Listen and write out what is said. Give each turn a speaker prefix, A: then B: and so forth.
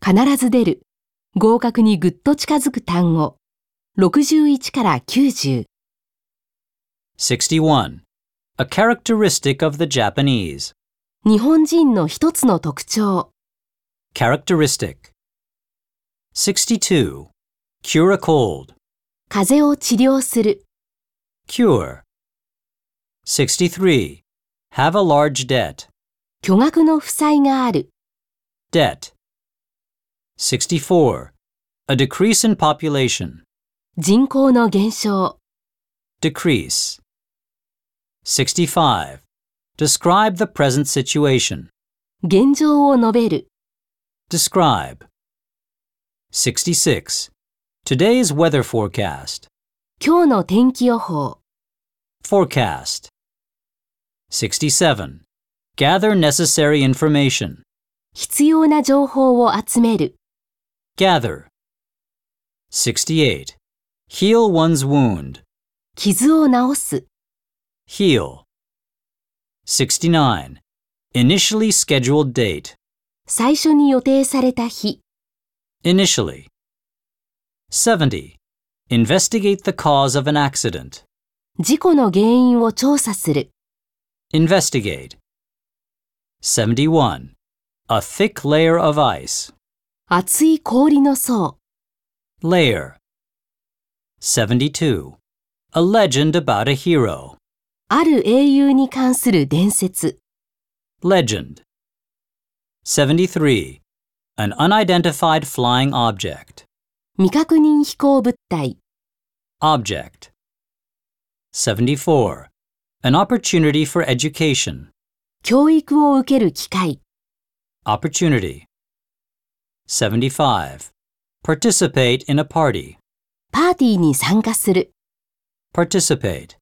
A: 必ず出る、合格にぐっと近づく単語、61から90。
B: 61. A characteristic of the Japanese.
A: 日本人の一つの特徴。
B: Characteristic. 62. Cure a cold.
A: 風邪を治療する。
B: Cure. 63. Have a large debt.
A: 巨額の負債がある。
B: Debt. 64. A decrease in population.
A: 人口の減少。
B: Decrease. 65. Describe the present situation.
A: 現状を述べる。
B: Describe. 66. Today's weather forecast.
A: 今日の天気予報。
B: Forecast. 67. Gather necessary information.
A: 必要な情報を集める。
B: Gather. 68. Heal one's wound.
A: 傷を治す。
B: Heal. 69. Initially scheduled date.
A: 最初に予定された日。
B: Initially. 70. Investigate the cause of an accident.
A: 事故の原因を調査する。
B: Investigate. 71. A thick layer of ice.
A: 厚い氷の層。
B: Layer. 72. A legend about a hero.
A: ある英雄に関する伝説。
B: Legend. 73. An unidentified flying object.
A: 未確認飛行物体。
B: Object. 74. An opportunity for education.
A: 教育を受ける機会。
B: Opportunity. 75. Participate in a party.
A: パーティーに参加する。
B: Participate.